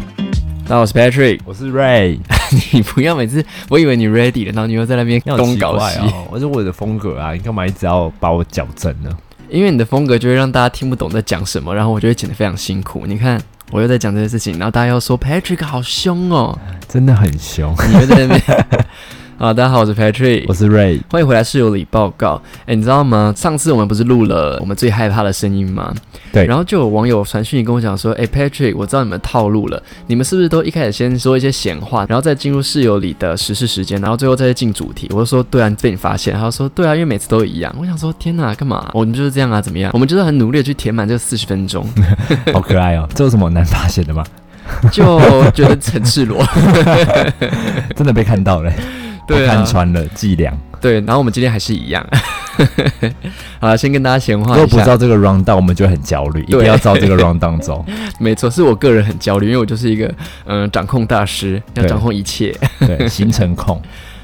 大家好，我是 Patrick。 我是 Ray，你不要每次，我以为你 ready 了，然后你又在那边你好东奇搞怪西，哦，我是我的风格啊，你干嘛一直要把我矫正呢？ 因为你的风格就会让大家听不懂在讲什么，然后我就会剪得非常辛苦。你看，我又在讲这些事情，然后大家又说 Patrick 好凶哦，真的很凶。 你又在那边。好，大家好，我是 Patrick， 我是 Ray，欢迎回来室友里报告。哎，你知道吗？上次我们不是录了我们最害怕的声音吗？对然后就有网友传讯息跟我讲说，哎，Patrick，我知道你们套路了，你们是不是都一开始先说一些闲话，然后再进入室友里的时事时间，然后最后再进主题？我就说对啊，被你发现。他就说对啊，因为每次都一样。我想说天哪，干嘛？我们就是这样啊，怎么样？我们就是很努力的去填满这四十分 钟，好可爱哦。这有什么难发现的吗？就觉得很赤 裸。真的被看到了， 对被啊看，穿了伎俩。对。然后我们今天还是一样。 好了，先跟大家闲如话果一不下。照这个 round down，我们就很焦虑，一定对要照这个 round down 走。没错，是我个人很焦虑，因为我就是一个嗯、呃掌控大师，要对掌控一切。 对，行程控。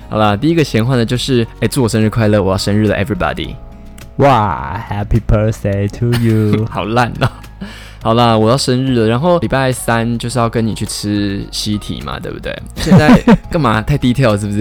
好啦，第一个闲话呢就是，哎、祝我生日快乐，我要生日了，everybody。哇，Happy birthday to you！好烂哦、好啦，我要生日了，然后礼拜三就是要跟你去吃西提嘛，对不 对？现在干嘛太低调是不是？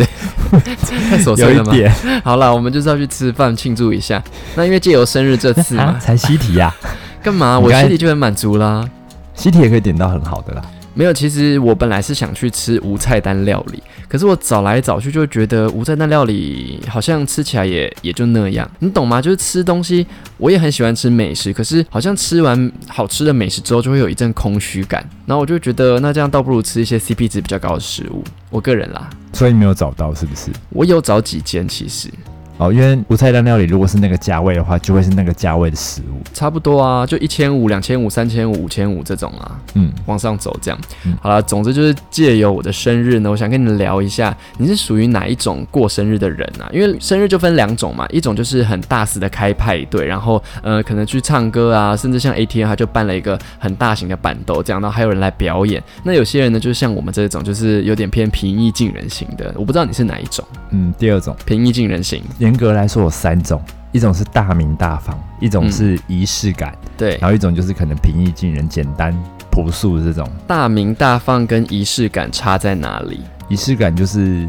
太琐有碎一了吗？点好啦，我们就是要去吃饭庆祝一下。那因为借由生日这次 啊，嘛，才西 提呀，干嘛你我刚才心里就很满足啦。西提也可以点到很好的啦。没有，其实我本来是想去吃无菜单料理，可是我找来找去就觉得无菜单料理好像吃起来也也就那样，你懂吗？就是吃东西，我也很喜欢吃美食，可是好像吃完好吃的美食之后，就会有一阵空虚感，然后我就觉得那这样倒不如吃一些 CP 值比较高的食物。我个人啦，所以你没有找到是不是？我有找几间，其实哦，因为无菜单料理如果是那个价位的话，就会是那个价位的食物。差不多啊，就一千五、两千五、三千五、五千五这种啊。嗯，往上走，这样嗯。好了，总之就是借由我的生日呢，我想跟你聊一下，你是属于哪一种过生日的人啊？因为生日就分两种嘛，一种就是很大肆的开派对，然后呃可能去唱歌啊，甚至像 ATM 他就办了一个很大型的板凳这样，然后还有人来表演。那有些人呢，就是像我们这种，就是有点偏平易近人型的。我不知道你是哪一种嗯，第二种。平易近人型，严格来说有三种，一种是大名大方，一种是仪式感，嗯对，然后一种就是可能平易近人、简单朴素的这种。大名大放跟仪式感差在哪里？仪式感就是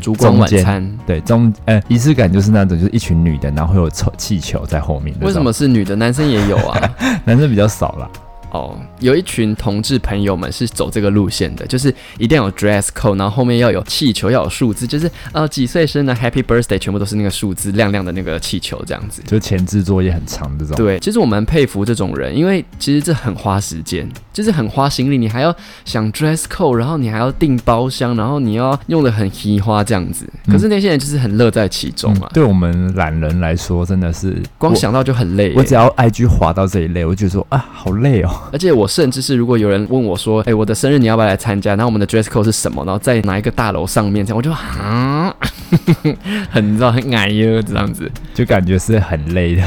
烛光晚中间餐。对中呃，仪式感就是那种就是一群女的，然后会有抽气球在后面的。为什么？是女的？男生也有啊。男生比较少啦。哦，有一群同志朋友们是走这个路线的，就是一定要有 dress code，然后后面要有气球，要有数字，就是呃几岁生的 Happy Birthday，全部都是那个数字亮亮的那个气球这样子。就前置作业很长这种。对，其实我蛮佩服这种人，因为其实这很花时间，就是很花心力，你还要想 dress code，然后你还要订包厢，然后你要用的很稀花这样子。可是那些人就是很乐在其中嗯啊，对我们懒人来说，真的是光想到就很累、我。我只要 IG 滑到这一类，我就觉得说啊，好累哦。而且我甚至是，如果有人问我说：“哎、我的生日你要不要来参加？”然后我们的 dress code 是什么？然后在哪一个大楼上面？这样我就啊，很你知道很矮哟这样子。就感觉是很累的。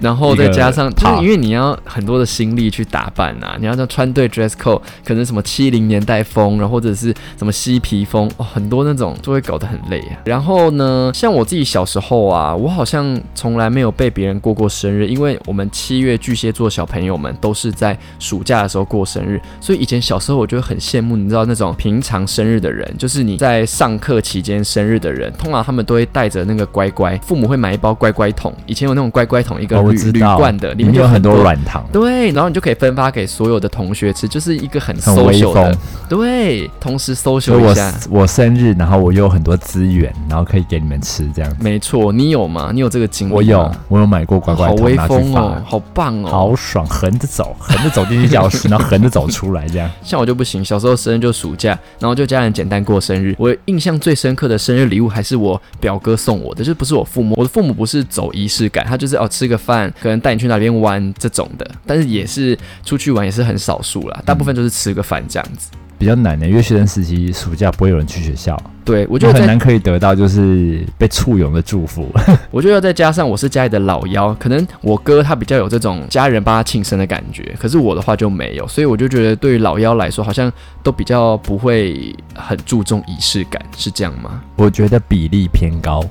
然后再加上，一个就是 part 因为你要很多的心力去打扮啊，你要这样穿对 dress code，可能什么七零年代风，然后或者是什么嬉皮风，哦，很多那种就会搞得很累啊。然后呢，像我自己小时候啊，我好像从来没有被别人过过生日，因为我们七月巨蟹座小朋友们都是在暑假的时候过生日，所以以前小时候我就会很羡慕，你知道那种平常生日的人，就是你在上课期间生日的人，通常他们都会带着那个乖乖，父母会买一包乖乖桶，以前有那种乖乖桶一个哦我铝知铝道罐的，里面面就有很多多。软糖，对，然后你就可以分发给所有的同学吃，就是一个很很威 social 风的，。对，同时所以 social 我一下。我生日，然后我又有很多资源，然后可以给你们吃这样子。没错，你有吗？你有这个经历吗？我有，我有买过乖乖嗯好桶威拿去风发，哦，好棒哦！好爽，横着走，横着走进去教室，然后横着走出来这样。像我就不行，小时候生日就暑假，然后就家人简单过生日。我印象最深刻的生日礼物还是我表哥送我的，就是不是我父母，我的父母不是走仪式感，他就是哦吃个饭，可能带你去哪边玩这种的，但是也是出去玩也是很少数啦，大部嗯分就是吃个饭这样子。比较难的，因为学生时期暑假不会有人去学校，对，我我就很在，难可以得到就是被簇拥的祝福。 我就要再加上我是家里的老幺，可能我哥他比较有这种家人帮他庆生的感觉，可是我的话就没有，所以我就觉得对于老幺来说，好像都比较不会很注重仪式感，是这样吗？我觉得比例偏高，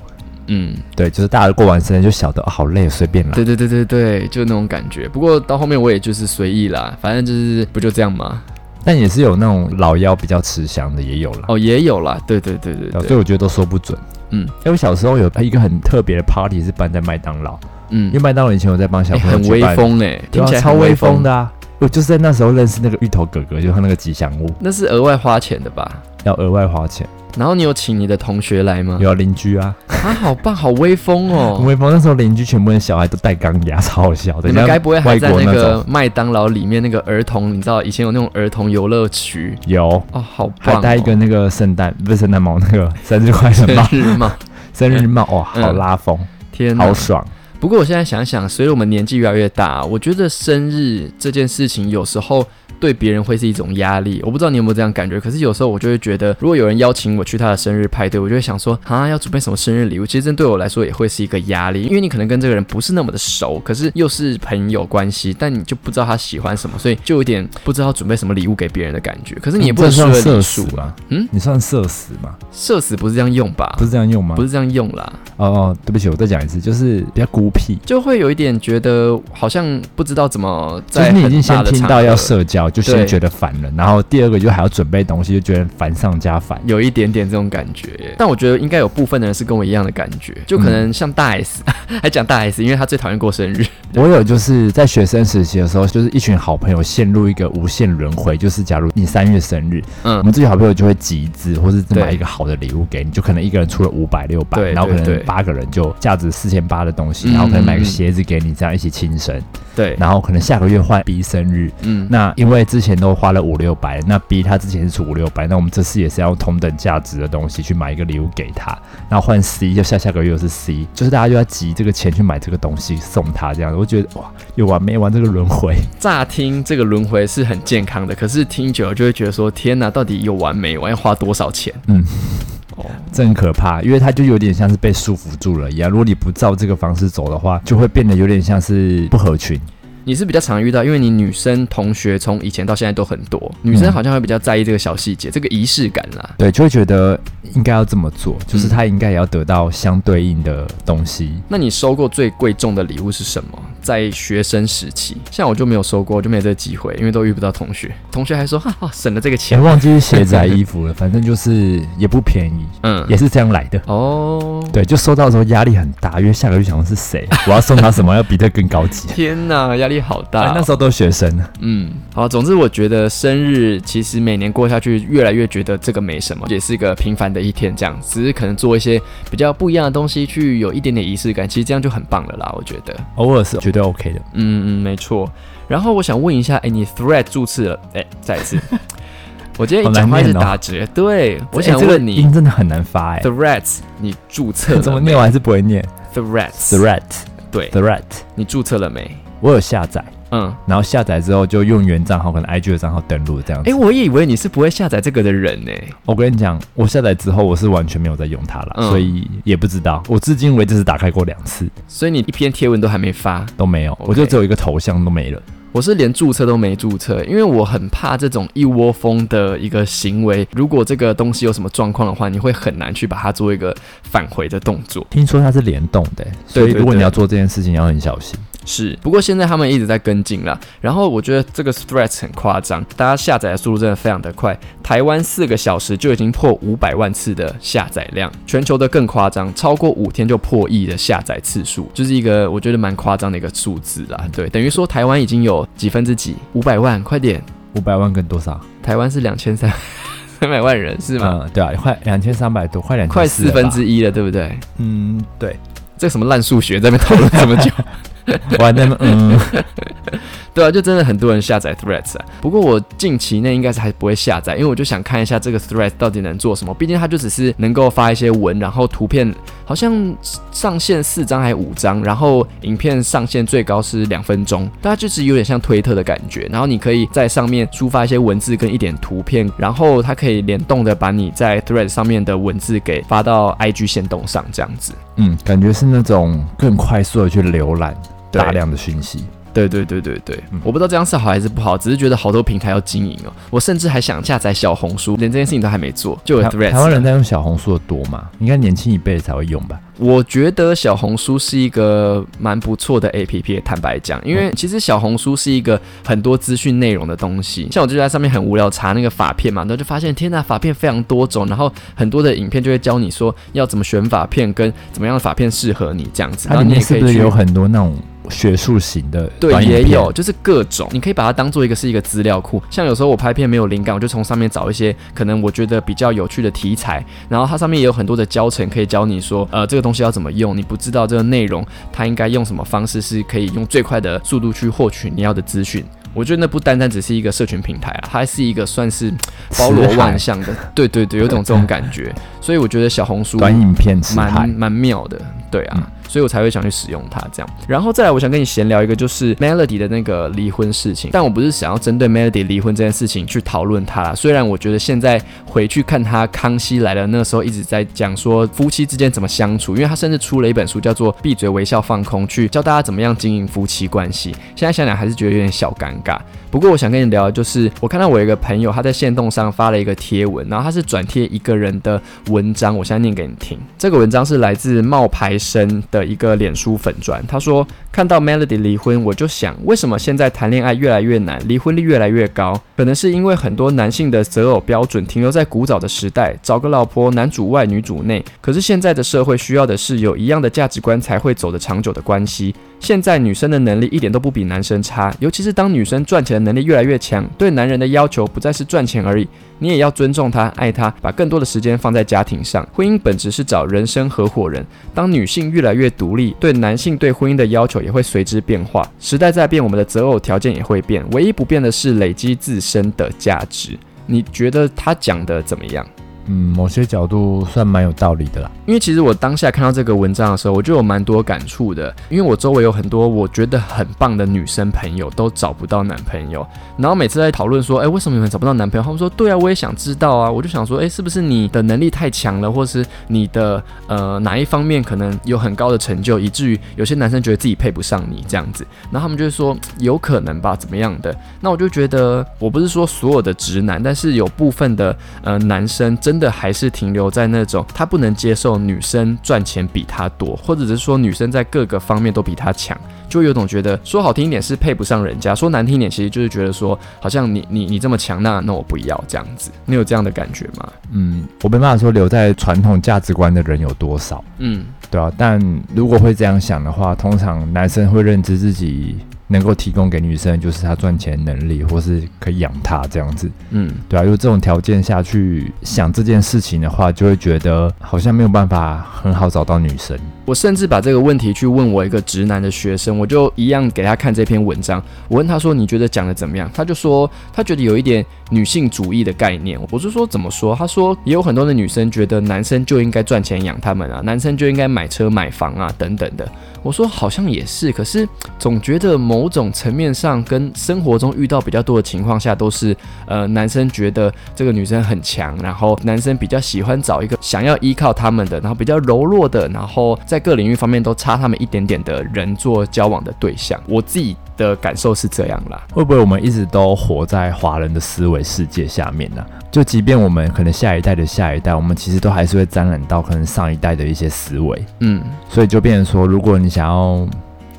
嗯，对，就是大家过完生日就晓得、哦、好累，随便啦。对对对对对，就那种感觉。不过到后面我也就是随意啦，反正就是不就这样嘛。但也是有那种老妖比较吃香的，也有啦。哦，也有啦，对对对对对啊所对，以我觉得都说不准。嗯，因为我小时候有一个很特别的 party 是办在麦当劳，嗯因为，麦当劳以前我在帮小哎朋友很举威办，风哎，对听啊起来超很威威风，的啊！我就是在那时候认识那个芋头哥哥，就是他那个吉祥物，那是额外花钱的吧？要额外花钱，然后你有请你的同学来吗？有啊邻居啊，啊，好棒，好威风很嗯哦！威风。那时候邻居全部的小孩都戴钢牙，超好笑的。你们像该不会还外在国那那个种麦当劳里面那个儿童？你知道以前有那种儿童游乐区有？哦，好棒、还哦！戴一个那个圣诞不是圣诞帽，那个 生日快 乐生帽，日帽，生日帽哇，好嗯啊拉风，天哪好！爽。不过我现在想想，随着我们年纪越来越大，我觉得生日这件事情有时候对别人会是一种压力。我不知道你有没有这样感觉，可是有时候我就会觉得，如果有人邀请我去他的生日派对，我就会想说啊，要准备什么生日礼物？其实这对我来说也会是一个压力，因为你可能跟这个人不是那么的熟，可是又是朋友关系，但你就不知道他喜欢什么，所以就有点不知道准备什么礼物给别人的感觉。可是你也不能嗯这说算了社礼死数，吗？嗯嗯，你算社死吗？社死不是这样用吧不？是这样用吗？不是这样用啦。哦哦，对不起，我再讲一次，就是比较孤僻，就会有一点觉得好像不知道怎么就在是很你已经大先的听场到合要社交，就对先觉得烦了，然后第二个就还要准备东西，就觉得烦上加烦。有一点点这种感觉耶，但我觉得应该有部分的人是跟我一样的感觉，嗯就可能像大 S，、还 讲大 S，因为他最讨厌过 生日。我有就是在学生时期的时候，就是一群好朋友陷入一个无限轮回，就是假如你三月生日，我嗯，们这些好朋友就会集资，或是对买一个好的礼物给你，就可能一个人出了五百六百，对然后可对能对八个人就价值四千八的东西，嗯然后可能嗯买个嗯鞋子给你，这样一起庆生，对，然后可能下个月换 B 生日，嗯，那因为之前都花了五六百，那 B 他之前是出五六百，那我们这次也是要同等价值的东西去买一个礼物给他，然后换 C 就下下个月又是 C，就是大家就要集这个钱去买这个东西送他这样，我觉得哇，有完没完这个轮回？ 乍听这个轮回是很健康的，可是听久了就会觉得说，天哪，到底有完没完？要花多少钱？嗯，哦，真可怕，因为他就有点像是被束缚住了一样，如果你不照这个方式走的话，就会变得有点像是不合群。你是比较常遇到，因为你女生同学从以前到现在都很多，女生嗯好像会比较在意这个小细节，这个仪式感啦。对，就会觉得应该要这么做，就是他应该也要得到相对应的东西。那你收过最贵重的礼物是什么？在学生时期，像我就没有收过，我就没有这个机会，因为都遇不到同学。同学还说，哈哈，省了这个前钱。忘记是鞋子还是衣服了，反正就是也不便宜，嗯， 也是这样来的。哦，对，就收到的时候压力很大，因为下个月想的是谁，啊 我要送他什么，要比这更高 级。天哪，压力好大、哎那时候都学生呢，嗯，好，总之我觉得生日其实每年过下去，越来越觉得这个没什么，也是一个平凡的一天，这样，只是可能做一些比较不一样的东西，去有一点点仪式感，其实这样就很棒了啦，我觉得。偶尔是绝对 OK 的。嗯嗯，没错。然后我想问一下，哎，你 Thread 注册了？哎，再一次， 我今天一好讲难话一直念哦打折。对，我哎想这个问你、音真的很难发哎 t h，r e a d s 你注册怎了么没念我还是不会念。 ？Threads， Threat 对， Threat，你注册了没？我有下载，嗯，然后下载之后就用原账号，可能 IG 的账号登录这样哎，子。我也以为你是不会下载这个的人呢、我跟你讲，我下载之后我是完全没有在用它了，嗯所以也不知道。我至今为止只打开过两次所以你一篇贴文都还没发。都没有，我就只有一个头像都没了。我是连注册都没注册，因为我很怕这种一窝蜂的一个行为。如果这个东西有什么状况的话，你会很难去把它做一个返回的动作。听说它是联动的欸，所以对对如果对你要做这件事情，要很小心。是，不过现在他们一直在跟进啦。然后我觉得这个 Threads 很夸张，大家下载的速度真的非常的快，台湾四个小时就已经破五百万次的下载量，全球的更夸张，超过五天就破亿的下载次数，就是一个我觉得蛮夸张的一个数字啦。对，等于说台湾已经有几分之几，五百万，快点，五百万跟多啊少？台湾是两千三三百万人是吗？嗯，对啊，快两千三百多，快两快四分。之一了，对不对？嗯， 对，这什么烂数学在那边讨论这么久？我还在 那边嗯，对啊，就真的很多人下载 Threads 啊。不过我近期内应该是还不会下载，因为我就想看一下这个 Threads 到底能做什么。毕竟它就只是能够发一些文，然后图片好像上线四张还五张，然后影片上线最高是两分钟，大家就是有点像推特的感觉。然后你可以在上面抒发一些文字跟一点图片，然后它可以联动的把你在 Threads 上面的文字给发到 IG 线动上，这样子。嗯，感觉是那种更快速的去浏览对大量的讯息。对对对对对，嗯我不知道这样是好还是不好，只是觉得好多平台要经营哦。我甚至还想下载小红书，连这件事情都还没做，就有台 Threads。台湾人在用小红书的多吗？应该年轻一辈才会用吧？我觉得小红书是一个蛮不错的 APP，坦白讲，因嗯为其实小红书是一个很多资讯内容的东西。像我就在上面很无聊查那个发片嘛，然后就发现天呐，发片非常多种，然后很多的影片就会教你说要怎么选发片，跟怎么样的发片适合你这样子。然它后哦里你面也可是以不是去有很多那种学术型的对，短影也片有，就是各种，你可以把它当做一个是一个资料库。像有时候我拍片没有灵感，我就从上面找一些可能我觉得比较有趣的题材，然后它上面也有很多的教程可以教你说，呃，这个东西要怎么用，你不知道这个内容，它应该用什么方式是可以用最快的速度去获取你要的资讯。我觉得那不单单只是一个社群平台啊，它是一个算是包 罗辞海万象的，对对对，有种这种感觉。所以我觉得小红书短影片吃海蛮。蛮妙的，对啊，嗯所以我才会想去使用它这样。然后再来，我想跟你闲聊一个，就是 Melody 的那个离婚事情，但我不是想要针对 Melody 离婚这件事情去讨论它啦。虽然我觉得现在回去看他《康熙来了》那时候一直在讲说夫妻之间怎么相处，因为他甚至出了一本书叫做《闭嘴微笑放空》，去教大家怎么样经营夫妻关系。现在想想还是觉得有点小尴尬。不过我想跟你聊，的就是我看到我有一个朋友他在线动上发了一个贴文，然后他是转贴一个人的文章，我现在念给你听。这个文章是来自冒牌生的一个脸书粉砖，他说看到 Melody 离婚，我就想为什么现在谈恋爱越来越难，离婚率越来越高？可能是因为很多男性的择偶标准停留在古早的时代，找个老婆男主外女主内。可是现在的社会需要的是有一样的价值观才会走得长久的关系，现在女生的能力一点都不比男生差，尤其是当女生赚钱的能力越来越强，对男人的要求不再是赚钱而已，你也要尊重她、爱她，把更多的时间放在家庭上。婚姻本质是找人生合伙人，当女性越来越独立，对男性对婚姻的要求也会随之变化。时代在变，我们的择偶条件也会变，唯一不变的是累积自身的价值。你觉得他讲的怎么样？嗯，某些角度算蛮有道理的啦。因为其实我当下看到这个文章的时候，我就有蛮多感触的。因为我周围有很多我觉得很棒的女生朋友都找不到男朋友，然后每次在讨论说，哎，为什么你们找不到男朋友？他们说，对啊，我也想知道啊。我就想说，哎，是不是你的能力太强了，或是你的呃哪一方面可能有很高的成就，以至于有些男生觉得自己配不上你这样子？然后他们就会说，有可能吧，怎么样的？那我就觉得，我不是说所有的直男，但是有部分的呃男生真的还是停留在那种他不能接受女生赚钱比他多，或者是说女生在各个方面都比他强，就有种觉得说好听一点是配不上人家，说难听一点其实就是觉得说好像你你你这么强，那那我不要这样子，你有这样的感觉吗？嗯，我没办法说留在传统价值观的人有多少，嗯，对啊。但如果会这样想的话，通常男生会认知自己能够提供给女生的就是她赚钱能力，或是可以养她这样子，嗯，对啊。用这种条件下去想这件事情的话，就会觉得好像没有办法很好找到女生。我甚至把这个问题去问我一个直男的学生，我就一样给他看这篇文章。我问他说：“你觉得讲的怎么样？”他就说他觉得有一点女性主义的概念。我就说怎么说？他说也有很多的女生觉得男生就应该赚钱养他们啊，男生就应该买车买房啊等等的。我说好像也是，可是总觉得某种层面上跟生活中遇到比较多的情况下都是呃，男生觉得这个女生很强，然后男生比较喜欢找一个想要依靠他们的，然后比较柔弱的，然后在各领域方面都差他们一点点的人做交往的对象。我自己的感受是这样啦，会不会我们一直都活在华人的思维世界下面呢、就即便我们可能下一代的下一代，我们其实都还是会沾染到可能上一代的一些思维，嗯，所以就变成说，如果你想要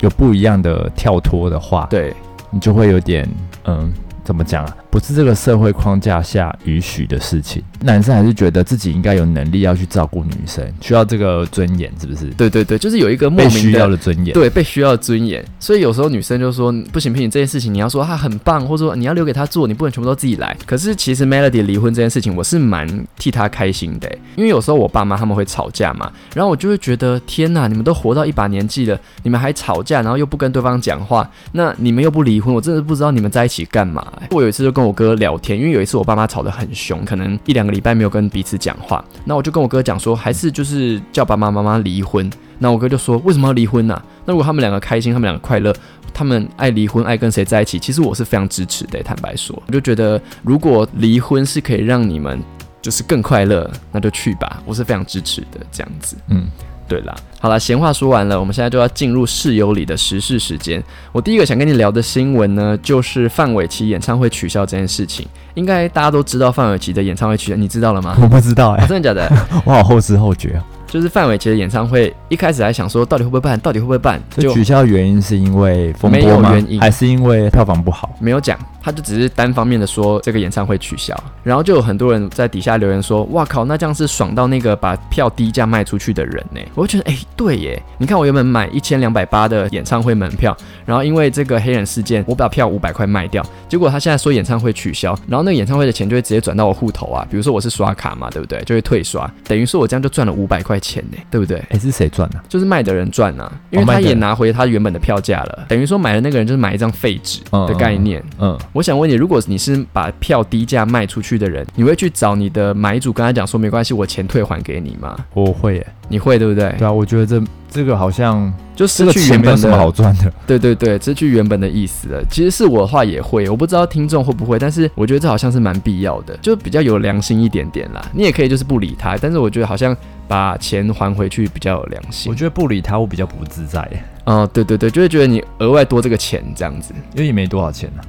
有不一样的跳脱的话，对，你就会有点嗯。怎么讲啊？不是这个社会框架下允许的事情。男生还是觉得自己应该有能力要去照顾女生，需要这个尊严，是不是？对对对，就是有一个莫被名需要的。的尊严。对，被需要的尊严，所以有时候女生就说不行不行，这件事情你要说她很棒，或者说你要留给她做，你不能全部都自己来。可是其实 Melody 离婚这件事情，我是蛮替她开心的欸，因为有时候我爸妈他们会吵架嘛，然后我就会觉得天哪，你们都活到一把年纪了，你们还吵架，然后又不跟对方讲话，那你们又不离婚，我真的不知道你们在一起干嘛欸、我有一次就跟我哥聊天，因为有一次我爸妈吵得很凶，可能一两个礼拜没有跟彼此讲话，那我就跟我哥讲说，还是就是叫爸爸妈妈离婚。那我哥就说，为什么要离婚呢、啊那如果他们两个开心，他们两个快乐，他们爱离婚，爱跟谁在一起，其实我是非常支持的欸。坦白说，我就觉得如果离婚是可以让你们就是更快乐，那就去吧，我是非常支持的。这样子，嗯，对啦，好啦，闲话说完了，我们现在就要进入室友里的时事时间。我第一个想跟你聊的新闻呢，就是范玮琪演唱会取消这件事情。应 该大家都知道范玮琪的演唱会取消，你知道了吗？哦我不知道哎、啊、真的假的？我好后知后觉哦。就是范玮琪的演唱会，一开始还想说到底会不会办，到底会不会办，就就取消的原因是因为风没波有吗原？因还是因为票房不好？没有讲，他就只是单方面的说这个演唱会取消，然后就有很多人在底下留言说，哇靠，那这样是爽到那个把票低价卖出去的人呢。我就觉得，哎、对耶，你看我原本买一千两百八的演唱会门票，然后因为这个黑人事件，我把票五百块卖掉，结果他现在说演唱会取消，然后那个演唱会的钱就会直接转到我户头啊，比如说我是刷卡嘛，对不对？就会退刷，等于说我这样就赚了五百块钱呢，对不对？哎、是谁赚的、啊？就是卖的人赚啊，因为哦卖他的也人拿回他原本的票价了，等于说买的那个人就是买一张废纸嗯的概念。嗯，我想问你，如果你是把票低价卖出去的人，你会去找你的买主跟他讲说没关系，我钱退还给你吗？我会耶。你会对不对？对啊，我觉得这这个好像就这失个去钱原没有本什么的，好赚的。对对对，失去原本的意思了。其实是我的话也会，我不知道听众会不会，但是我觉得这好像是蛮必要的，就比较有良心一点点啦。你也可以就是不理他，但是我觉得好像把钱还回去比较有良我心。觉得不理他，我比较不自在耶，哦、对对对，就会觉得你额外多这个钱这样子，因为也没多少钱啊。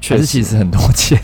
确还实是其实很多钱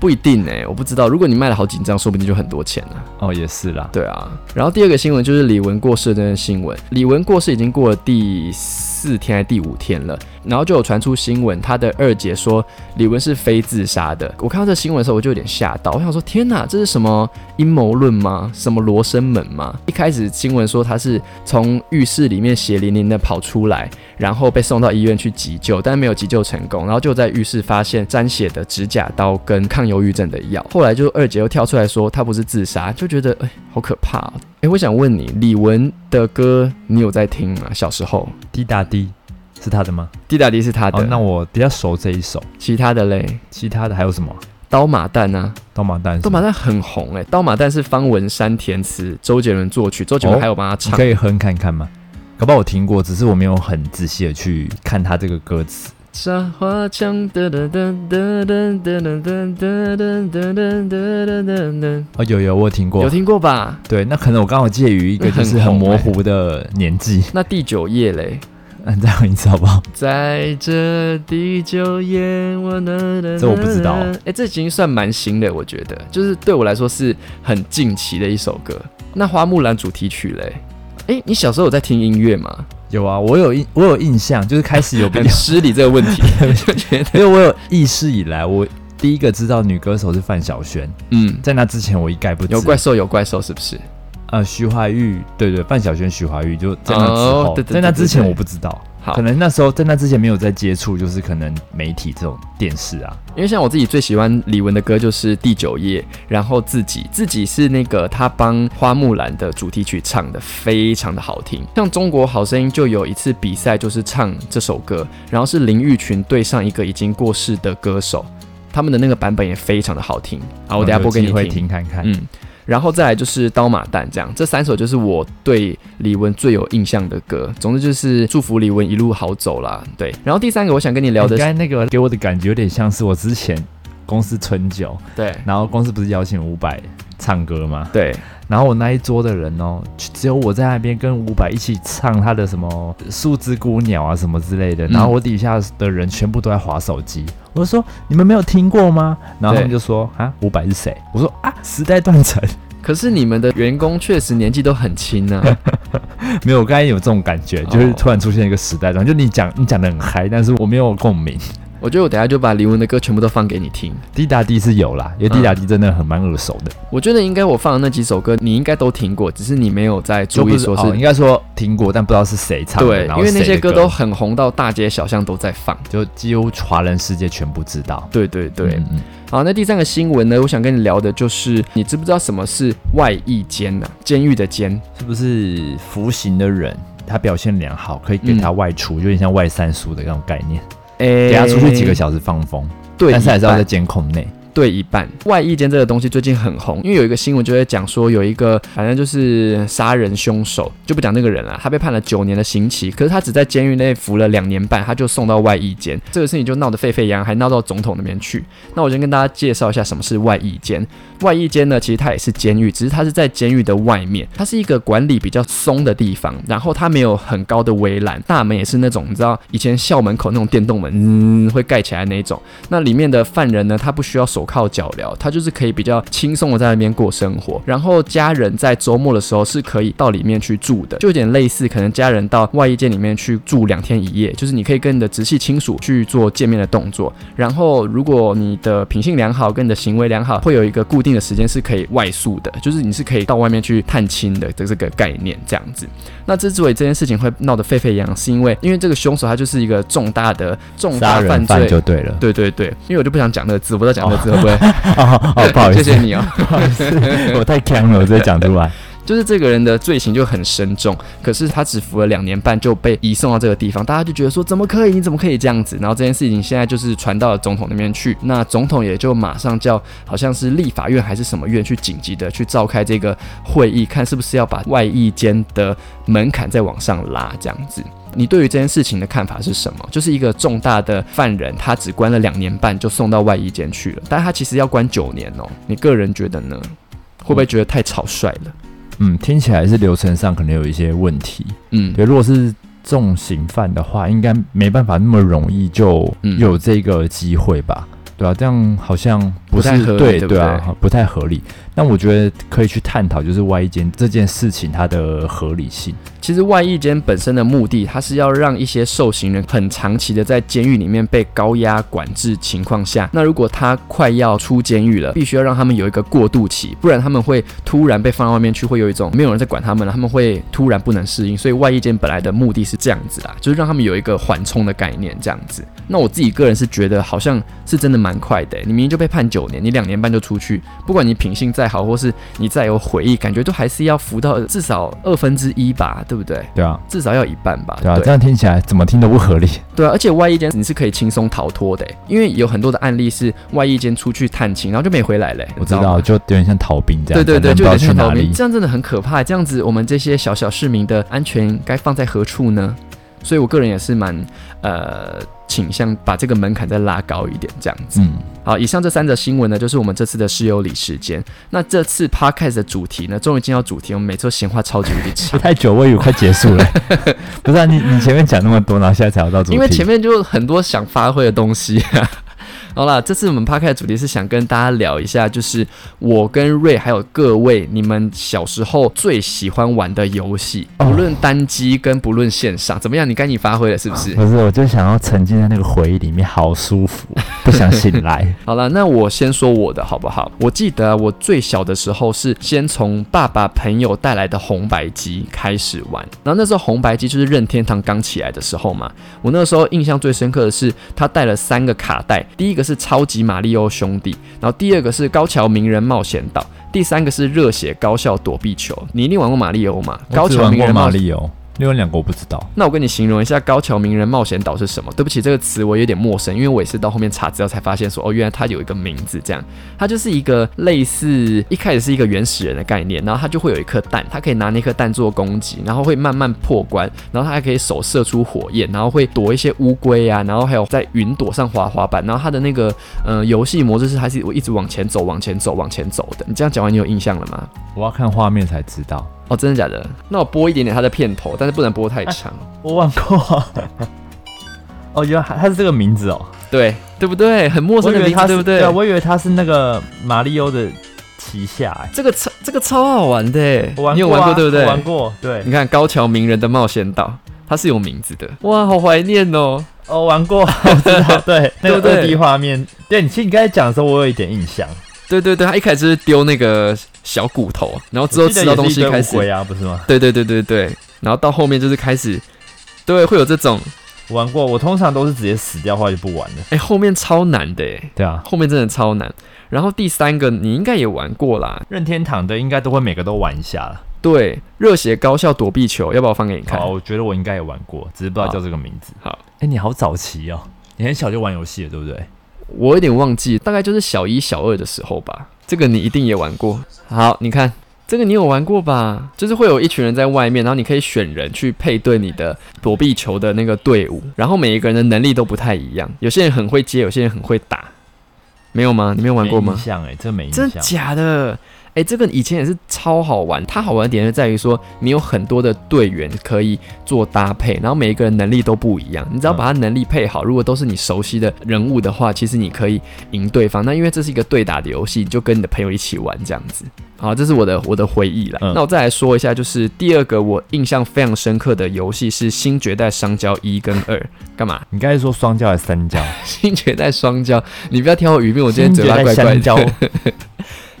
不一定哎、我不知道。如果你卖了好几张，说不定就很多钱啊了。哦，也是啦。对啊，然后第二个新闻就是李玟过世的这件新闻。李玟过世已经过了第四天还是第五天了，然后就有传出新闻，她的二姐说李玟是非自杀的。我看到这新闻的时候，我就有点吓到，我想说天哪，这是什么阴谋论吗？什么罗生门吗？一开始新闻说她是从浴室里面血淋淋的跑出来，然后被送到医院去急救，但没有急救成功，然后就在浴室发现沾血的指甲刀跟抗忧郁症的药。后来就二姐又跳出来说她不是自杀，就觉得哎好可怕、哦。哎，我想问你，李玟的歌你有在听吗？小时候，滴答滴是他的吗？滴答滴是她的，哦，那我比较熟这一首，其他的嘞，其他的还有什么？刀马旦啊，刀马旦是吗，刀马旦很红哎、刀马旦是方文山填词，周杰伦作曲，周杰伦哦还有帮他你唱。可以哼看看吗？搞不好我听过，只是我没有很仔细的去看他这个歌词。撒花枪，噔噔噔噔噔噔噔噔噔噔噔噔噔噔，哦，有有，我有听过。有听过吧？对，那可能我刚好介于一个就是很很红模欸糊的年 纪，那第九页嘞，嗯，再哼一次好不好？在这第九页，我能这我不知道哎、诶这已经算蛮新的，我觉得，就是对我来说是很近期的一首歌。那花木兰主题曲嘞，哎、你小时候有在听音乐吗？有啊，我有印，我有印象，就是开始有比很失礼这个问题，就觉得 因为我有意识以来，我第一个知道女歌手是范晓萱，嗯，在那之前我一概不 知。有怪兽有怪兽是不是？呃，徐怀钰，对对，范晓萱、徐怀钰，就在那之哦后，对对在那对对之前对我不知道，好可，能那时候在那之前没有在接触，就是可能媒体这种电视啊，因为像我自己最喜欢李玟的歌就是《第九页》，然后自己自己是那个她帮花木兰的主题曲唱的，非常的好听。像中国好声音就有一次比赛，就是唱这首歌，然后是林育群对上一个已经过世的歌手，他们的那个版本也非常的好听。好，我等一下播给你会听。听看看。嗯，然后再来就是刀马旦这样，这三首就是我对李玟最有印象的歌。总之就是祝福李玟一路好走啦。对，然后第三个我想跟你聊聊的的是，刚才那个给我的感觉有点像是我之前公司春酒，对然后公司不是邀请伍佰唱歌吗？对，然后我那一桌的人哦，只有我在那边跟伍佰一起唱他的什么《树枝姑鸟》啊什么之类的，嗯然后我底下的人全部都在划手机。我就说你们没有听过吗？然后他们对就说啊，伍佰是谁？我说啊，时代断层。可是你们的员工确实年纪都很轻呢、 啊，没有，我刚才有这种感哦觉，就是突然出现一个时代断层，就你讲你讲的很嗨，但是我没有共鸣。我觉得我等一下就把李玟的歌全部都放给你听。滴答滴是有啦，因为嗯滴答滴真的很蛮耳熟的，我觉得应该我放的那几首歌你应该都听过，只是你没有在就注意不是说是。哦应该说听过，但不知道是谁唱的。对，然因后为那谁些的歌都很红，到大街小巷都在放。就几乎华人世界全部知道。对对对，嗯嗯好，那第三个新闻呢，我想跟你聊的就是，你知不知道什么是外役监呢、监狱的监，是不是服刑的人他表现良好，可以给他外出，有点像外三叔的那种概念，诶给他出去几个小时放风，对，但是还是一要半在监控内。对一半。外衣间这个东西最近很红，因为有一个新闻就在讲说，有一个反正就是杀人凶手，就不讲那个人了、他被判了九年的刑期，可是他只在监狱内服了两年半，他就送到外衣间，这个事情就闹得沸沸扬扬，还闹到总统那边去。那我先跟大家介绍一下什么是外衣间。外衣间呢，其实它也是监狱，只是它是在监狱的外面，它是一个管理比较松的地方，然后它没有很高的围栏，大门也是那种你知道以前校门口那种电动门，嗯，会盖起来那一种。那里面的犯人呢，他不需要手手铐脚镣，他就是可以比较轻松的在那边过生活。然后家人在周末的时候是可以到里面去住的，就有点类似可能家人到外衣间里面去住两天一夜，就是你可以跟你的直系亲属去做见面的动作。然后如果你的品性良好，跟你的行为良好，会有一个固定的时间是可以外宿的，就是你是可以到外面去探亲的这这个概念这样子。那之所以这件事情会闹得沸沸扬扬，是因为因为这个凶手他就是一个重大的重杀大人罪犯就对 了。对对对，因为我就不想讲那个字，我不知道讲那个字会不会。哦哦，不好意思， 谢谢你哦。不好意思， 我太强了，我直接讲出来。就是这个人的罪行就很深重，可是他只服了两年半就被移送到这个地方，大家就觉得说怎么可以，你怎么可以这样子？然后这件事情现在就是传到了总统那边去，那总统也就马上叫好像是立法院还是什么院去紧急的去召开这个会议，看是不是要把外役间的门槛再往上拉这样子。你对于这件事情的看法是什么？就是一个重大的犯人，他只关了两年半就送到外衣间去了，但他其实要关九年哦。你个人觉得呢？会不会觉得太草率了？嗯，听起来是流程上可能有一些问题。嗯，对，如果是重刑犯的话，应该没办法那么容易就嗯有这个机会吧？对啊，这样好像不不是太合理对对不啊，不太合理。但我觉得可以去探讨，就是外衣间这件事情它的合理性。其实外役监本身的目的，它是要让一些受刑人很长期的在监狱里面被高压管制情况下，那如果他快要出监狱了，必须要让他们有一个过渡期，不然他们会突然被放到外面去，会有一种没有人在管他们了，他们会突然不能适应。所以外役监本来的目的是这样子啦，就是让他们有一个缓冲的概念，这样子。那我自己个人是觉得好像是真的蛮快的欸、你明明就被判九年，你两年半就出去，不管你品性再好，或是你再有悔意，感觉都还是要服到至少二分之一吧，对不对？对啊，至少要一半吧。对啊，这样听起来怎么听都不合理。对啊，而且外衣间你是可以轻松逃脱的欸，因为有很多的案例是外衣间出去探亲，然后就没回来嘞。我你知吗道，就有点像逃兵这对样，对对，反正就不知道有点去像逃哪兵，里。这样真的很可怕。这样子，我们这些小小市民的安全该放在何处呢？所以我个人也是蛮呃倾向把这个门槛再拉高一点，这样子。嗯，好，以上这三则新闻呢，就是我们这次的室友里时间。那这次 podcast 的主题呢，终于进到主题，我们每次都闲话超级无敌不 长。太久，我以为快结束 了。不是啊，你你前面讲那么多，然后现在才聊到主题。因为前面就很多想发挥的东西、啊。好啦，这次我们 p 开的主题是想跟大家聊一下，就是我跟瑞还有各位你们小时候最喜欢玩的游戏，哦不论单机跟不论线上，怎么样？你该你发挥了是不是？不是，我就想要沉浸在那个回忆里面，好舒服， 不想醒来。好了，那我先说我的好不好？我记得啊、我最小的时候是先从爸爸朋友带来的红白机开始玩，然后那时候红白机就是任天堂刚起来的时候嘛。我那时候印象最深刻的是，他带了三个卡带，第一个是超级马里奥兄弟，然后第二个是高桥名人冒险岛。第三个是热血高校躲避球，你一定玩过马里奥嘛？ 高我只桥玩名过人马冒里奥，另外两个我不知道。那我跟你形容一下高桥名人冒险岛是什么？对不起，这个词我有点陌生，因为我也是到后面查资料才发现说，哦，原来它有一个名字，这样，它就是一个类似一开始是一个原始人的概念，然后它就会有一颗蛋，它可以拿那颗蛋做攻击，然后会慢慢破关，然后它还可以手射出火焰，然后会躲一些乌龟啊，然后还有在云朵上滑滑板，然后它的那个呃游戏模式是还是我一直往前走，往前走，往前走的。你这样讲完，你有印象了吗？我要看画面才知道。哦，真的假的？那我播一点点它的片头，但是不能播太长。我玩过。 哦，原来它是这个名字哦。对对不对？很陌我生以的为名字，它对是不对？啊我以为它是那个马里奥的旗下。哎这个超这个超好玩的耶，我玩你有过玩过啊对不嗯我玩对？过，对你，看高桥名人的冒险岛，它是有名字的，哇，好怀念哦。哦，玩过， 我知道，对，那 对不个对二 D 画面。对，你其实你刚才讲的时候，我有一点印象。对对对，他一开始是丢那个小骨头，然后之后我吃记得到也是东一西堆开乌始，龟啊，不是吗？对对对对对，然后到后面就是开始，对，会有这种，我玩过，我通常都是直接死掉，后来就不玩了。哎，后面超难的耶，对啊，后面真的超难。然后第三个你应该也玩过啦，任天堂的应该都会每个都玩一下了。对，热血高校躲避球，要不要我放给你看好，？我觉得我应该也玩过，只是不知道叫这个名字。好，哎、你好早期哦，你很小就玩游戏了，对不对？我有点忘记，大概就是小一、小二的时候吧。这个你一定也玩过。好，你看这个你有玩过吧？就是会有一群人在外面，然后你可以选人去配对你的躲避球的那个队伍，然后每一个人的能力都不太一样，有些人很会接，有些人很会打，没有吗？你没有玩过没吗印？象哎、这没印象真。假的？哎、哎，这个以前也是超好玩。它好玩的点就在于说，你有很多的队员可以做搭配，然后每一个人能力都不一样。你只要把他能力配好，如果都是你熟悉的人物的话，其实你可以赢对方。那因为这是一个对打的游戏，你就跟你的朋友一起玩这样子。好，这是我的我的回忆啦。嗯那我再来说一下，就是第二个我印象非常深刻的游戏是《新绝代商交一》跟二。干嘛？你刚才说双胶还是三啊胶？新绝代双骄，你不要挑我语病，我今天嘴巴怪怪香的。蕉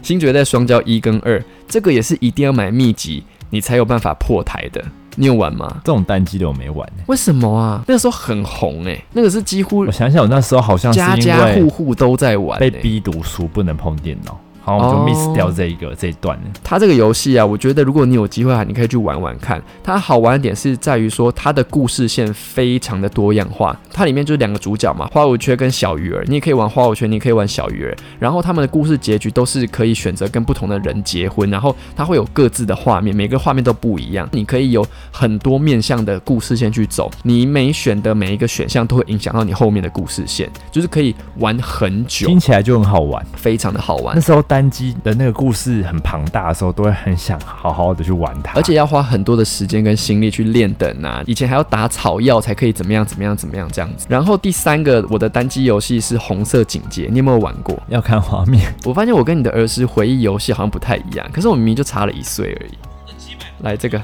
新绝代双骄一跟二，这个也是一定要买秘籍，你才有办法破台的。你有玩吗？这种单机的我没玩、 欸。为什么啊？那个时候很红哎、那个是几乎我想想，我那时候好像是家因家户为户都在玩、被欸。逼读书不能碰电脑，好，我哦们就 miss 掉这一个、这一段了。它这个游戏啊，我觉得如果你有机会啊，你可以去玩玩看。它好玩的点是在于说，它的故事线非常的多样化。它里面就是两个主角嘛，花无缺跟小鱼儿。你也可以玩花无缺，你也可以玩小鱼儿。然后他们的故事结局都是可以选择跟不同的人结婚，然后它会有各自的画面，每个画面都不一样。你可以有很多面向的故事线去走，你每选的每一个选项都会影响到你后面的故事线，就是可以玩很久听，起来就很好玩。非常的好玩那。时候单机的那个故事很庞大的时候，都会很想好好的去玩它。而且要花很多的时间跟心力去练等啊，以前还要打草药才可以怎么样怎么样怎么样这样子。然后第三个我的单机游戏是《红色警戒》，你有没有玩过？要看画面，我发现我跟你的儿时回忆游戏好像不太一样，可是我明明就差了一岁而已。来这个。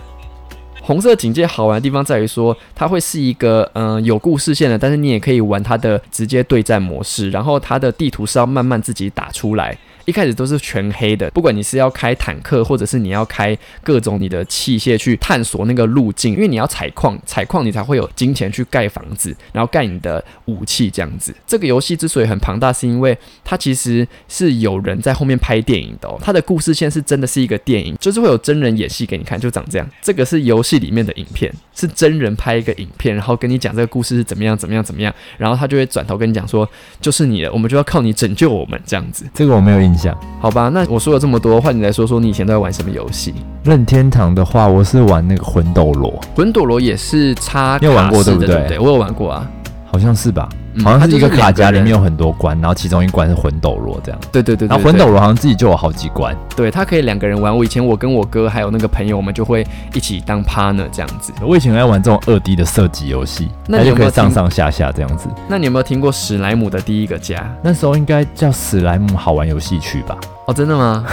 红色警戒好玩的地方在于说，它会是一个嗯、呃有故事线的，但是你也可以玩它的直接对战模式，然后它的地图是要慢慢自己打出来。一开始都是全黑的，不管你是要开坦克，或者是你要开各种你的器械去探索那个路径，因为你要采矿，采矿你才会有金钱去盖房子，然后盖你的武器这样子。这个游戏之所以很庞大，是因为它其实是有人在后面拍电影的哦。它的故事线是真的是一个电影，就是会有真人演戏给你看，就长这样。这个是游戏里面的影片，是真人拍一个影片，然后跟你讲这个故事是怎么样怎么样怎么样，然后他就会转头跟你讲说，就是你了，我们就要靠你拯救我们这样子，这个我没有印象。好吧？那我说了这么多，换你来说说你以前都在玩什么游戏？任天堂的话，我是玩那个魂斗罗，魂斗罗也是插卡式你有玩过的，对不对对不对？我有玩过啊，好像是吧？嗯好像是一它个就是两卡个夹里面人有很多关，然后其中一关是魂斗罗这样。对对对对然对后魂斗罗好像自己就有好几关。对，它可以两个人玩。我以前我跟我哥还有那个朋友，我们就会一起当 partner 这样子。我以前爱玩这种二 D 的射击游戏，那它你有没就可有以上听上下下这样子。那你有没有听过史莱姆的第一个家？那时候应该叫史莱姆好玩游戏区吧？ 哦，真的 吗？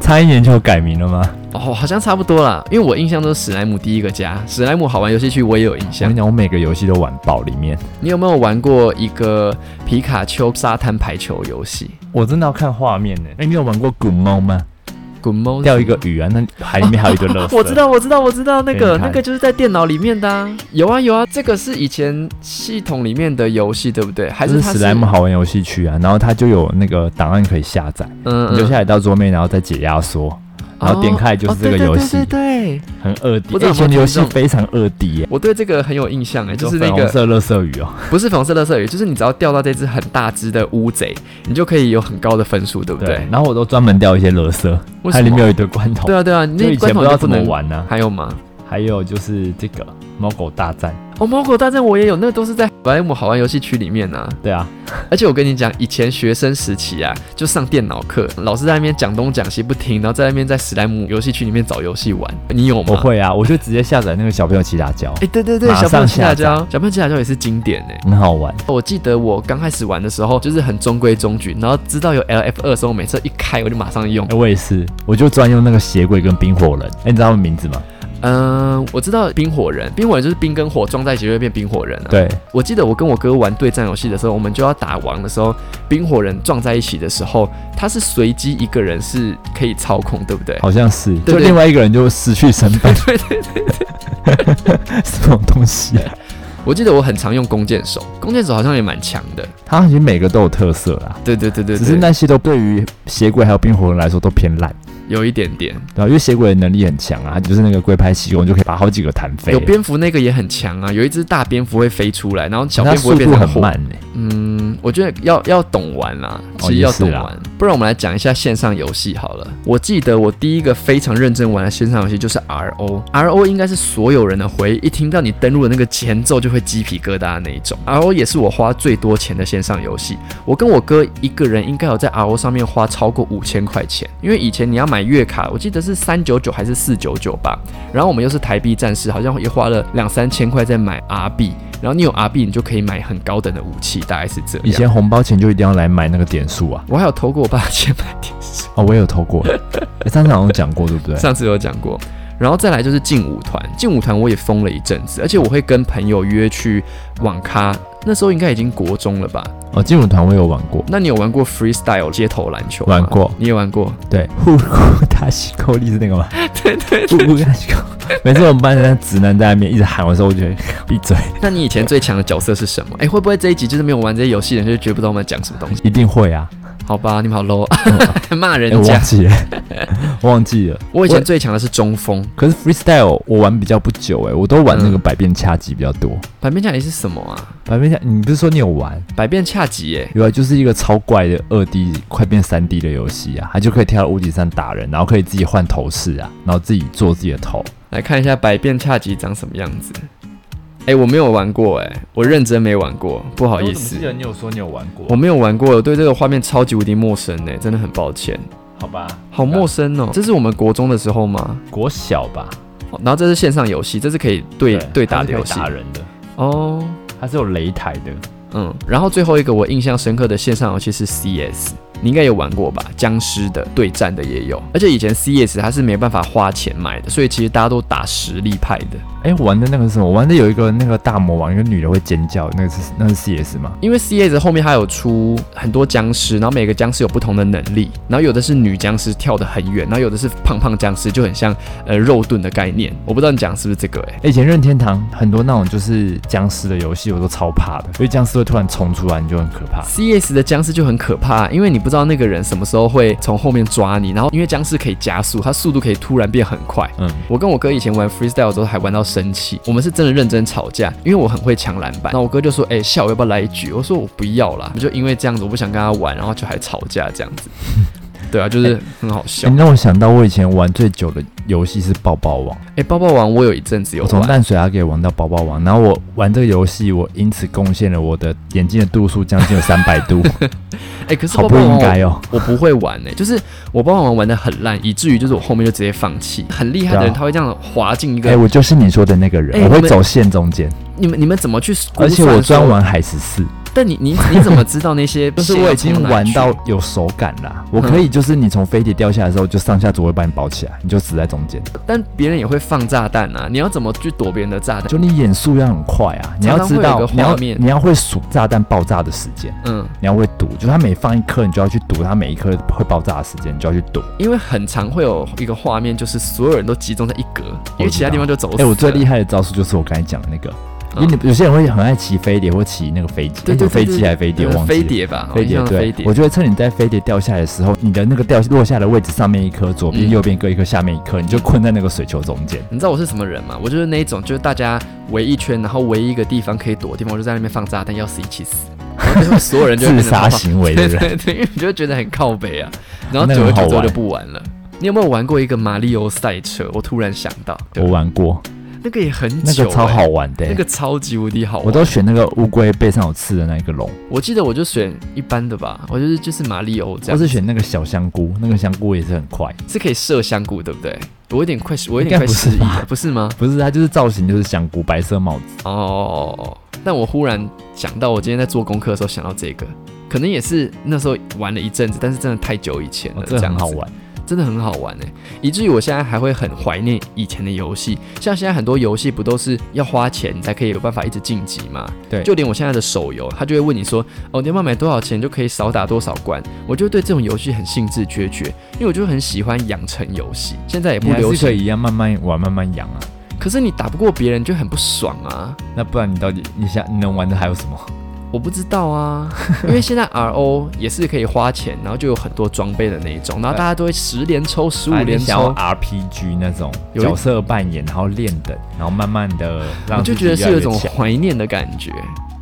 差一年就改名了吗？哦，好像差不多啦，因为我印象中史莱姆第一个家，史莱姆好玩游戏区我也有印我跟象你。讲，我每个游戏都玩爆，里面你有没有玩过一个皮卡丘沙滩排球游戏？我真的要看画面呢。哎、你有玩过古猫吗？滚猫钓一个鱼啊，那海里面还有一个乐色、 我知，道，我知道，我知道，那给个你看那个就是在电脑里面的、啊。哎有啊有啊，这个是以前系统里面的游戏，对不对？还就是是它史莱姆？好玩游戏区啊，然后它就有那个档案可以下载，嗯你就下载到桌面，然后再解压缩，然后点开就是这个游戏哦哦对对对对对，很二不知道 D。以有没有前的游听戏众非常二 D 耶、我对这个很有印象哎，就是那粉个红色乐色鱼哦，不是粉红色垃圾鱼，就是你只要钓到这只很大只的乌贼，你就可以有很高的分数，对不对？然后我都专门钓一些乐色，为它什里面么？有一堆罐头对，啊对啊，你就那以关前不头知道就不怎么能。玩呢、还有吗？还有就是这个猫狗大战，哦，猫狗大战我也有，那个都是在好莱坞好玩游戏区里面啊。对啊，而且我跟你讲，以前学生时期啊，就上电脑课，老师在那边讲东讲西不听，然后在那边在史莱姆游戏区里面找游戏玩。你有吗？我。会啊，我就直接下载那个小朋友骑大胶，哎、对对对，马小朋友上七大下载椒，小朋友七大椒也是经典哎、很好玩。我记得我刚开始玩的时候，就是很中规中矩，然后知道有 LF 二的时候，我每次一开我就马上用哎、。我也是，我就专用那个鞋柜跟冰火人。哎、你知道他们名字吗？嗯、我知道冰火人，冰火人就是冰跟火撞在一起就会变冰火人啊。，对，我记得我跟我哥玩对战游戏的时候，我们就要打王的时候，冰火人撞在一起的时候，他是随机一个人是可以操控，对不对？好像是。对就另外一个人就失去身份， 对对， 什么东西、啊？我记得我很常用弓箭手，弓箭手好像也蛮强的。它好像每个都有特色啦，对对对对只是对，那些都对于鞋柜还有冰火人来说都偏烂，有一点点。对吧、因为鞋柜的能力很强啊，它就是那个龟派气功就可以把好几个弹飞。有蝙蝠那个也很强啊，有一只大蝙蝠会飞出来，然后小它蝙蝠速会变度成很火。慢呢、欸嗯，嗯，我觉得要要懂玩啦，哦其实也要是懂啦玩。不然我们来讲一下线上游戏好了。我记得我第一个非常认真玩的线上游戏就是 RO。RO 应该是所有人的回忆，一听到你登录的那个前奏就会鸡皮疙瘩的那一种。RO 也是我花最多钱的线上游戏。我跟我哥一个人应该有在 RO 上面花超过五千块钱，因为以前你要买月卡，我记得是三九九还是四九九吧。然后我们又是台币战士，好像也花了两三千块在买 R 币。然后你有 R 币，你就可以买很高等的武器，大概是这样。以前红包钱就一定要来买那个点数啊！我还有投过我爸钱买电视。哦，我也有投过，诶上次好像讲过，对不对？ 上次有讲过。然后再来就是劲舞团，劲舞团我也疯了一阵子，而且我会跟朋友约去网咖，那时候应该已经国中了吧？哦，劲舞团我也有玩过，那你有玩过 freestyle 街头篮球吗？玩过你也玩过？对，呼呼达西扣力是那个吗？ 对对，呼呼达西扣。每次我们班的那直男在那边一直喊我的时候，我就觉得闭嘴，那你以前最强的角色是什么？哎，会不会这一集就是没有玩这些游戏的人就觉得不知道我们在讲什么东西？一定 会啊！好吧，你们好 low，骂啊 哎、人我家。忘记了，我 忘记了。我以前最强的是中锋，可是 freestyle 我玩比较不久哎、我都玩那个百变恰吉比较多。百变恰吉是什么啊？百变恰，你不是说你有玩？百变恰吉耶、有啊，就是一个超怪的二 D 快变三 D 的游戏啊，它就可以跳到屋顶上打人，然后可以自己换头饰啊，然后自己做自己的头。来看一下百变恰吉长什么样子。哎，我没有玩过哎、我认真没玩过，不哦好意思。你有说你有玩过我没有玩过，我对这个画面超级无敌陌生呢、真的很抱歉，好吧，啊好陌生哦、这是我们国中的时候吗？国小吧，哦然后这是线上游戏，这是可以对对打的游戏打人的，哦。它是有擂台的。嗯，然后最后一个我印象深刻的线上游戏是 CS，你应该有玩过吧？僵尸的对战的也有，而且以前 CS 它是没办法花钱买的，所以其实大家都打实力派的。哎、我玩的那个是什么？我玩的有一个那个大魔王，一个女的会尖叫，那个是那是 CS 吗？因为 CS 后面它有出很多僵尸，然后每个僵尸有不同的能力，然后有的是女僵尸跳得很远，然后有的是胖胖僵尸，就很像呃肉盾的概念。我不知道你讲的是不是这个哎、欸以前任天堂很多那种就是僵尸的游戏，我都超怕的，因为僵尸会突然冲出来，你就很可怕。 CS 的僵尸就很可怕，因为你不知道那个人什么时候会从后面抓你，然后因为僵尸可以加速，它速度可以突然变很快。嗯，我跟我哥以前玩 freestyle 的时候还玩到生气，我们是真的认真吵架，因为我很会抢篮板。那我哥就说：“哎、下午要不要来一局？”我说：“我不要啦。”我就因为这样子，我不想跟他玩，然后就还吵架这样子。 对啊，就是很好笑欸。你让我想到我以前玩最久的游戏是抱抱网，哎、抱抱王我有一阵子有我从玩，淡水阿给玩到抱抱网，然后我玩这个游戏，我因此贡献了我的眼睛的度数将近有三百 度，哎、可是好抱不抱应王该我哦。我不会玩哎、就是我抱抱王玩的很烂，以至于就是我后面就直接放弃。很厉害的人对啊他会这样滑进一哎、个，我就是你说的那个人，欸哎我我会们走线中间，你们你们怎么去估而且我算说专，玩海十四，但你你你怎么知道那些 就是线我要已经从哪玩去到嗯有手感啦。我可以就是你从飞碟掉下来的时候，就上下左右把你包起来，你就死在中间。但别人也会放炸弹啊，你要怎么去躲别人的炸弹？就你演速要很快啊，你要常常知会有一道个你要画面你要会数炸弹爆炸的时间，嗯，你要会赌，就是它每放一颗，你就要去赌它每一颗会爆炸的时间，你就要去赌。因为很常会有一个画面，就是所有人都集中在一格，因为其他地方就走死哎、了。我最厉害的招数就是我刚才讲的那个，嗯因为你有些人会很爱骑飞碟或骑那个飞机，对哎对有飞机还对是飞碟，有我忘记了飞。碟吧，飞我碟印象对飞，碟我。就会趁你在飞碟掉下来的时候，你的那个掉落下的位置上面一颗，左嗯边右边各一颗，下面一颗，你就困在那个水球中间。你知道我是什么人吗？我就是那一种，就是大家围一圈，然后唯一一个地方可以躲的地方，我就在那边放炸弹，要死一起 死。然后最后所有人就会自变成杀行 为的嗯对人，对对，因为你就会觉得很靠北啊。然后那久很而好久之我就玩不玩了。你有没有玩过一个马里奥赛车？我突然想到，我玩 过，那个也很久、欸那个超好，玩的、啊欸那个超级无敌好玩。我都选那个乌龟背上有刺的那一个龙，我记得我就选一般的吧，我就是就是马里欧这我样，是选那个小香菇，那个香菇也是很快，是可以射香菇对不对？我有点快，我有应该点快不是失忆吧了，不是吗？不是它就是造型就是香菇，白色帽子，哦，但我忽然想到，我今天在做功课的时候想到这个，可能也是那时候玩了一阵子，但是真的太久以前了，哦、这这个样很子好，玩。真的很好玩哎，以至于我现在还会很怀念以前的游戏。像现在很多游戏不都是要花钱才可以有办法一直晋级吗？对就连我现在的手游，他就会问你说，哦，你要不要买多少钱就可以少打多少关？我就对这种游戏很兴致缺缺，因为我就很喜欢养成游戏，现在也你不还流是可行。以一样慢慢玩，慢慢养啊。可是你打不过别人就很不爽啊。那不然你到底你想你能玩的还有什么？我不知道啊，因为现在 RO 也是可以花钱，然后就有很多装备的那一种，然后大家都会十连抽、十五反正 连啊你想要抽， RPG 那种有一角色扮演，然后练等，然后慢慢的我让就自己觉得越来是有越一种强。怀念的感觉。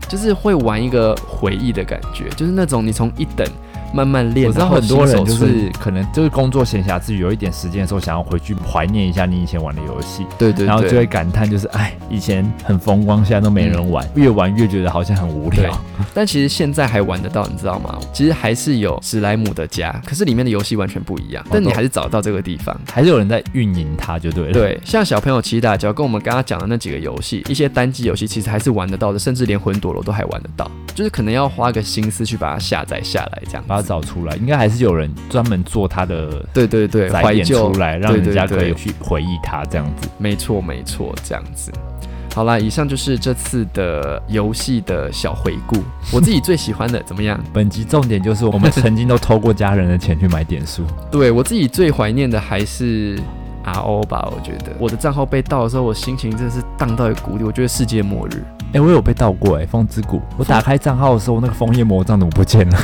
就是会玩一个回忆的感觉，就是那种你从一等慢慢练，嗯我知道然后很多新人手就村是可能就是工作闲暇之余有一点时间的时候，想要回去怀念一下你以前玩的游戏，对对对，然后就会感叹就是哎，以前很风光，现在都没人玩，越玩越觉得好像很无聊。但其实现在还玩得到，你知道吗？其实还是有史莱姆的家，可是里面的游戏完全不一样，但你还是找得到这个地方。还是有人在运营它就对了。， 对，像小朋友骑打脚跟我们刚刚讲的那几个游戏，一些单机游戏其实还是玩得到的，甚至连魂斗罗都还玩得到，就是可能要花个心思去把它下载下来这样把它子。找出来，应该还是有人专门做它的对对对，载怀点旧出来，让对人对家可对以去回忆它这样子。没错，没错，这样子。好啦，以上就是这次的游戏的小回顾，我自己最喜欢的怎么 样？本集重点就是 我们曾经都偷过家人的钱去买点数，对我自己最怀念的还是 RO 吧，我觉得我的账号被盗的时候，我心情真的是荡到一个谷底，我觉得世界末日。哎、我有被盗过哎、风之谷，我打开账号的时候，那个枫叶魔杖怎么不见了？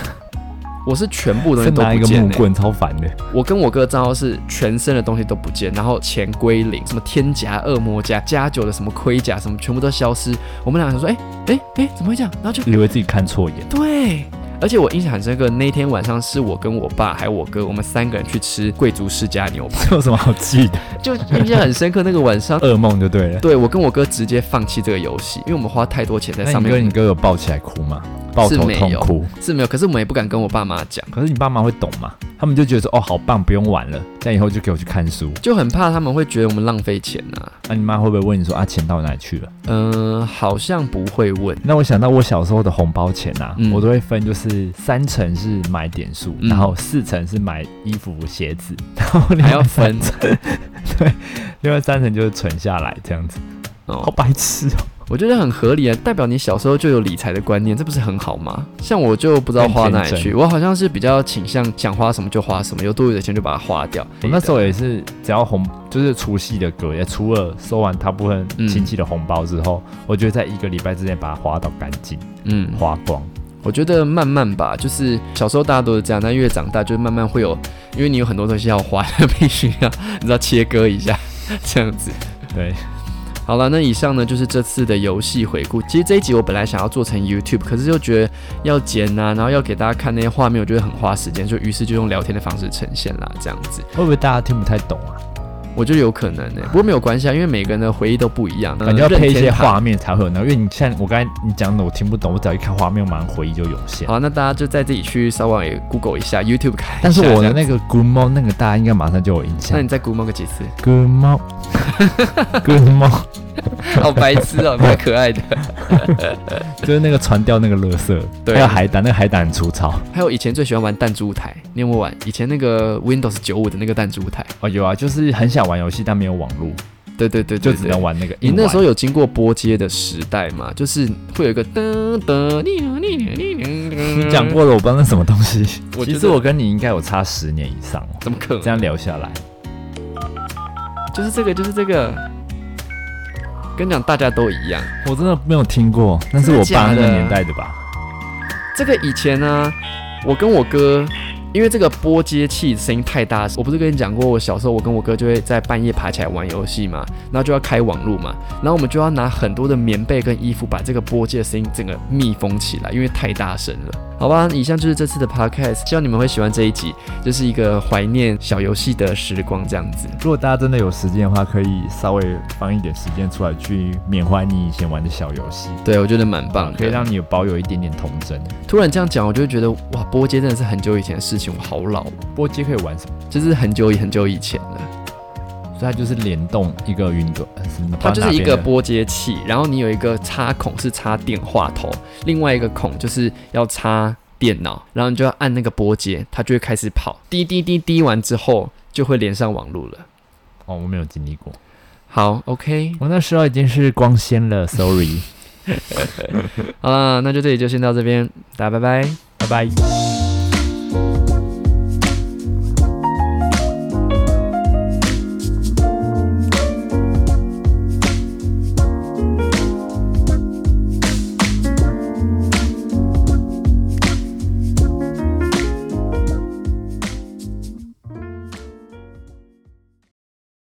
我是全部东 是西都拿一不个见、木欸，棍，超烦的。我跟我哥的账号是全身的东西都不见，然后钱归零，什么天甲、恶魔甲、加九的什么盔甲，什么全部都消失。我们俩想说，哎哎哎，怎么会这样？然后就以为自己看错眼， 对，而且我印象很深刻，那天晚上是我跟我爸还有我哥，我们三个人去吃贵族世家牛排， 这有什么好记的？就印象很深刻那个晚上。噩梦就对了。对我跟我哥直接放弃这个游戏，因为我们花太多钱在那上你面。哥你哥有抱起来哭吗？抱是头没痛有哭。是没有，可是我们也不敢跟我爸妈讲，可是你爸妈会懂吗？他们就觉得说，哦，好棒，不用玩了，这样以后就给我去看书。就很怕他们会觉得我们浪费钱啊。那、你妈会不会问你说，啊，钱到哪里去了？嗯、好像不会问。那我想到我小时候的红包钱啊，嗯我都会分，就是三成是买点数，嗯然后四成是买衣服、鞋子， 然后另还外要分三成，对，另外三成就是存下来这样子。好哦，白痴哦、我觉得很合理啊，代表你小时候就有理财的观念，这不是很好吗？像我就不知道花哪里很天去，我好像是比较倾向想花什么就花什么，有多余的钱就把它花掉。我那时候也是，只要红就是除夕的隔夜，初二收完大部分亲戚的红包之后，我就会在一个礼拜之内把它花到干净，嗯，花光。我觉得慢慢吧，就是小时候大家都是这样，但越长大就是慢慢会有，因为你有很多东西要花， 必须要你知道切割一下这样子。 对，好了，那以上呢就是这次的游戏回顾。其实这一集我本来想要做成 YouTube，可是就觉得要剪啊，然后要给大家看那些画面，我觉得很花时间，就于是就用聊天的方式呈现啦，这样子，会不会大家听不太懂啊？我觉得有可能呢、不过没有关系啊，因为每个人的回忆都不一样，感觉要呃配一任些天堂画面才会有那个，因为你像我刚才你讲的我听不懂，我只要一看画面，我马上回忆就涌现。好，那大家就在自己去稍微 Google 一下 YouTube 看一下但是我的这样那个 Good Morning 那个大家应该马上就有印象那。你再 Google 个几次？ Good Morning Good Morning 好白痴哦、蛮可爱的。就是那个传掉那个垃圾，对还有海胆，那个海胆很粗糙。还有以前最喜欢玩弹珠台，你有没有玩？以前那个 Windows 九五的那个弹珠台，哦，有啊，就是很想玩游戏，但没有网络，对对对对就对只能玩那个。你一那时候玩有经过波接的时代吗？就是会有一个噔噔，你你讲，过了，我不知道那什么东西。我觉其得实嗯我跟你应该有差十年以上哦，怎么可这能？样聊下来，就是这个，就是这个。跟你讲，大家都一样。我真的没有听过，那是我真的假爸那的个年代的吧？这个以前呢、我跟我哥，因为这个波接器声音太大，我不是跟你讲过，我小时候我跟我哥就会在半夜爬起来玩游戏嘛，然后就要开网路嘛，然后我们就要拿很多的棉被跟衣服把这个波接的声音整个密封起来，因为太大声了。好吧，以上就是这次的 podcast，希望你们会喜欢这一集，就是一个怀念小游戏的时光这样子。如果大家真的有时间的话，可以稍微放一点时间出来去缅怀你以前玩的小游戏，对，我觉得蛮棒的，可以让你有保有一点点童真。突然这样讲，我就会觉得哇，波接真的是很久以前的事情，我好老哦，波接可以玩什么？就是很久以很久以前了。所以它就是联动一个云端，呃什么？它就是一个波。波接器，然后你有一个插孔是插电话头，另外一个孔就是要插电脑，然后你就要按那个波接，它就会开始跑，滴滴滴滴完之后就会连上网络了。哦，我没有经历过，好，OK，我那时候已经是光纤了，sorry， 好啦，那就这里就先到这边，大家拜拜。拜拜。